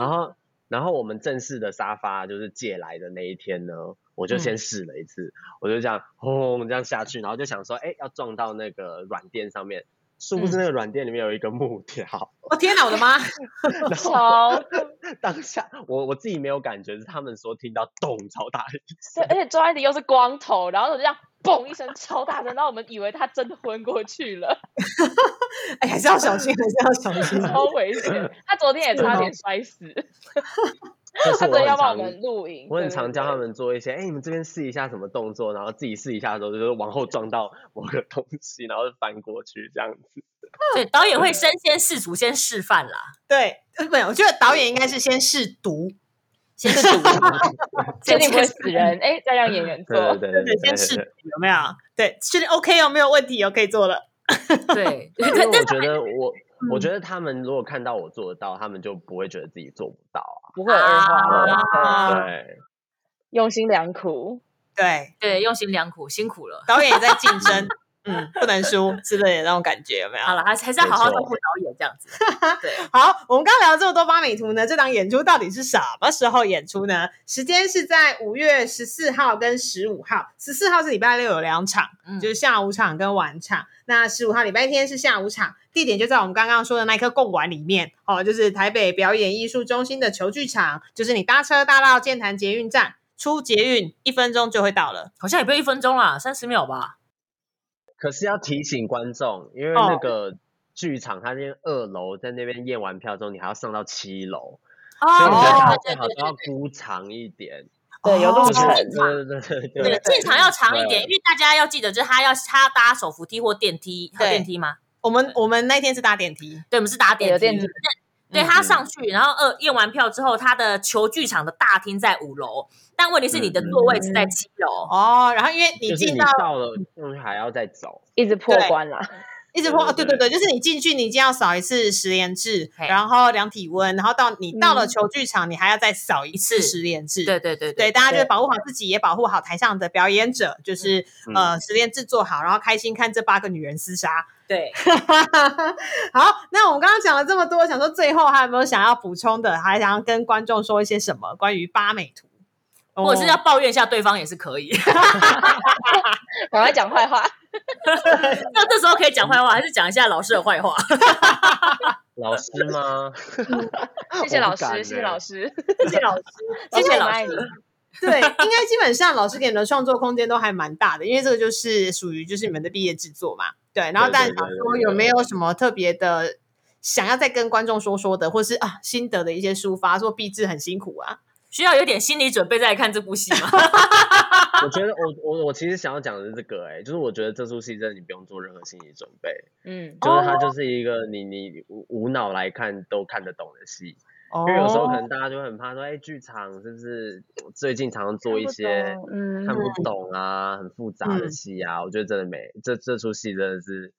然后然后我们正式的沙发就是借来的那一天呢，我就先试了一次，我就这样轰这样下去，然后就想说，哎，要撞到那个软垫上面。殊不知那个软垫里面有一个木条，
我、哦天哪，我的妈！
然后
超
当下我我自己没有感觉，是他们说听到咚超大一声，
对，而且周安迪又是光头，然后我就这样嘣一声超大声，然后我们以为他真的昏过去了，
哎，还是要小心，还是要小心。啊
超危险。他昨天也差点
啊
摔死，
就
他
是
昨天
我很
要帮
常
我们录影。
我很
对
常教他。们做一些，哎、你们这边试一下什么动作，然后自己试一下的时候，就是往后撞到某个东西，然后就翻过去这样子。
对，导演会身先士卒，先示范啦，
对，呃没有，我觉得导演应该是先试毒，
先示范。
对对对确定不会死
(laughs)
人，哎，再让演员
对
做。
对对
对
对，
先试 (laughs)
对。
毒有没有？对，确定 OK 哦，没有问题哦，可以做了。
(laughs) 对，
因为
但
我
但
觉得我，我
嗯
觉得他们如果看到我做得到，他们就不会觉得自己做不到啊。
不会有二话
啊
了，
啊，
对，
用心良苦。
对，
对用心良苦，辛苦了。
导演也在竞争，嗯，不能输之类的那种感觉，有没有？
好了，还是还是要好好
没
照
错
顾导演
(laughs)
这样子。对，
好，我们刚刚聊了这么多八美图呢，这档演出到底是什么时候演出呢？时间是在五月十四号跟十五号，十四号是礼拜六有两场，
嗯
就是下午场跟晚场。那十五号礼拜天是下午场，地点就在我们刚刚说的那一颗贡丸里面哦，就是台北表演艺术中心的球剧场，就是你搭车搭到建潭捷运站，出捷运一分钟就会到了。
好像也不用一分钟啦，三十秒吧。
可是要提醒观众，因为
哦
那个剧场它那边二楼，在那边验完票之后，你还要上到七楼，所以你觉得大家
哦，对
最好
对
都要
对
估长一点，
对，有
哦
路
就是
程。
对对对对
对对，
对，
进场要长一
对
点，因为大家要记得，就是他要他搭手扶梯或电梯，有
对
电梯吗？
我们我们那天是搭电梯，
对，我们是搭电
有
梯。
电梯
对
嗯
他上去，然后二验完票之后，他的球剧场的大厅在五楼，但问题是你的
嗯
座位是在
嗯
七楼。
哦，然后因为你
就是
进
你
到
到了东西还要再走，
一直破
对
关啦，
一直破，对
对
对
对
对，就是你进去，你一定要扫一次十连制，
嘿
然后量体温，然后到你
嗯
到了球剧场，你还要再扫一次十
是
连制。
对对对
对，大家就
对
保护好自己，也保护好台上的表演者，就是
嗯
呃十连制做好，然后开心看这八个女人厮杀。 (laughs)
对，
好，那我们刚刚讲了这么多，想说最后还有没有想要补充的，还想要跟观众说一些什么关于八美图，
或者是要
哦
抱怨一下对方也是可以。
赶快讲
(laughs)
坏话。
(laughs) 那这时候可以讲坏话，还是讲一下老师的坏话？
老师
(laughs)
吗？
谢谢
我不
老师
敢，
谢谢
欸
老
(laughs)
师，
谢谢老师。
谢谢老
师。
(laughs) 对，应该基本上老师给你们的创作空间都还蛮大的，因为这个就是属于就是你们的毕业制作嘛。对，然后
对
但
对
想
对
说
对
有
对
没有什么特别的想要再跟观众说说的，或是啊心得的一些抒发，说毕制很辛苦啊。
需要有点心理准备再来看这部戏吗？
我觉得我我我其实想要讲的是这个、欸，哎，就是我觉得这出戏真的你不用做任何心理准备，
嗯，
就是它就是一个你你无无脑来看都看得懂的戏，
哦
因为有时候可能大家就会很怕说，哎、剧场是不是最近常常做一些
嗯
看不懂啊、很复杂的
嗯
戏啊，我觉得真的没这这出戏真的是，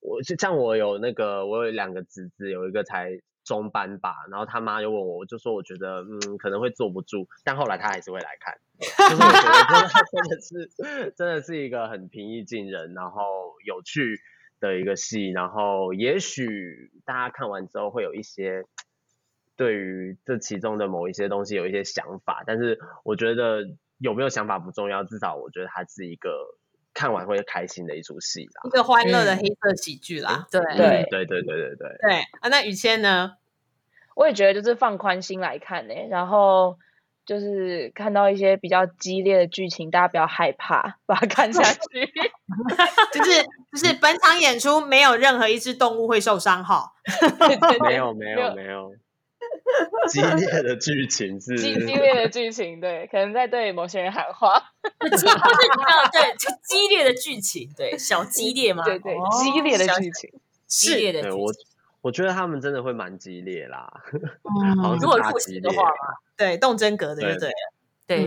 我就像我有那个我有两个侄子，有一个才。中班吧，然后他妈就问我，我就说我觉得嗯可能会坐不住，但后来他还是会来看，就是我觉得真的真的是真的是一个很平易近人，然后有趣的一个戏，然后也许大家看完之后会有一些对于这其中的某一些东西有一些想法，但是我觉得有没有想法不重要，至少我觉得它是一个看完会开心的一出戏啦
一。个欢乐的
嗯
黑色喜剧啦。
对
嗯
对
对对对对对，
对啊，那雨谦呢？
我也觉得就是放宽心来看呢、然后就是看到一些比较激烈的剧情，大家不要害怕，把它看下去。
就是就是本场演出没有任何一只动物会受伤哈。
对对
(laughs) 没
对， (laughs)
有没
没有
有没有，激烈的剧情是
激激烈的剧情，对，可能在对某些人喊 (laughs) 话，
激就是你知道，对，就激烈的剧情，对，小激烈吗？
对对，
哦
激烈的
想
剧情，
激烈的剧
对
情
我。我觉得他们真的会蛮激烈啦，好
嗯
像，
如果
是大
入
激
戏的
烈
话
啦，
对，动真格的就
对
对了。
对，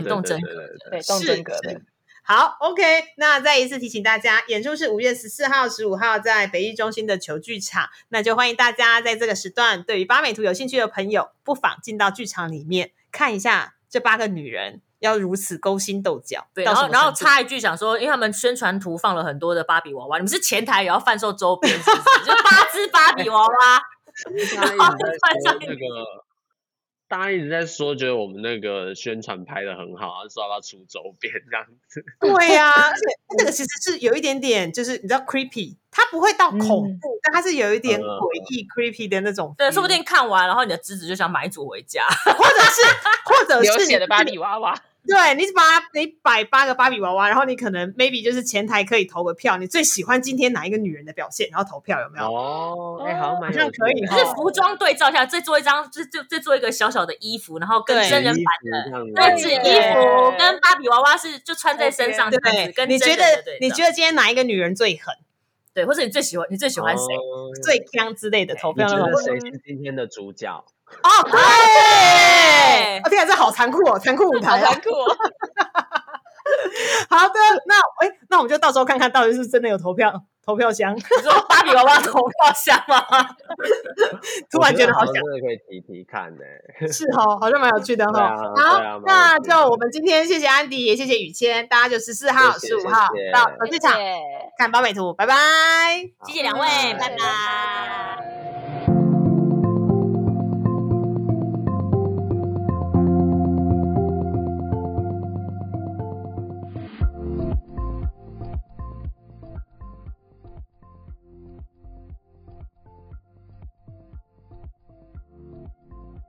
对
动
对
真
对对对
对，动
是
真格
是
的。
好，OK，那再一次提醒大家，演出是五月十四号、十五号在北艺中心的球剧场，那就欢迎大家在这个时段，对于八美图有兴趣的朋友，不妨进到剧场里面看一下这八个女人要如此勾心斗角。
对，
到
然
什
后
么
然后
程度
插一句，想说，因为他们宣传图放了很多的芭比娃娃，你们是前台也要贩售周边，是不是？就八只芭比娃娃，
他一直在说那个大家一直在说，觉得我们那个宣传拍的很好，然后说要出周边这样子。
对
(laughs)
呀、而且它这个其实是有一点点，就是你知道 creepy，它不会到恐怖，
嗯
但它是有一点
嗯嗯嗯
诡异 creepy 的那种 feel。
对，说不定看完，然后你的侄子就想买一组回家。
或者
(laughs)
是或者
流
是
血的芭
你
比
(laughs)
娃娃，
对你把你摆八个芭比娃娃，然后你可能 maybe 就是前台可以投个票，你最喜欢今天哪一个女人的表现，然后投票有没有？
哦，哎、好像蛮
好
有
像
趣
可以
的
就是服装对照一下，再做一张，就就再做一个小小的衣服，然后跟
对
真人
衣
版
服啊这样子
对，
对
纸
耶
衣服跟芭比娃娃是就穿在身啊上这样子，
对，
跟
你
真
觉
人
得
的对照
你觉得今天哪一个女人最狠、
对，或者你最喜欢你最喜欢谁？
哦
最强之类的投
你
票
觉
那种？
得谁是今天的主角？
哦，对，哦天啊，这好残酷哦，残酷舞
好
台啊！
残酷哦！
好的，那哎、那我们就到时候看看到底是不是真的有投票投票箱。
你说芭比娃娃投票箱
(laughs)
吗？
(laughs) 突然
我
觉
觉
得
得
好
像
想，
真的可以提提看呢、 (laughs)
是哦，好像蛮有趣的哈、
对啊对啊蛮
好
有，趣的
那就我们今天谢谢安迪，也谢谢雨谦，大家就十四号、
谢
十
谢
五号
谢谢
到小剧场
谢谢
看八美图，拜拜。哦
谢谢两位，
好
拜
拜
拜。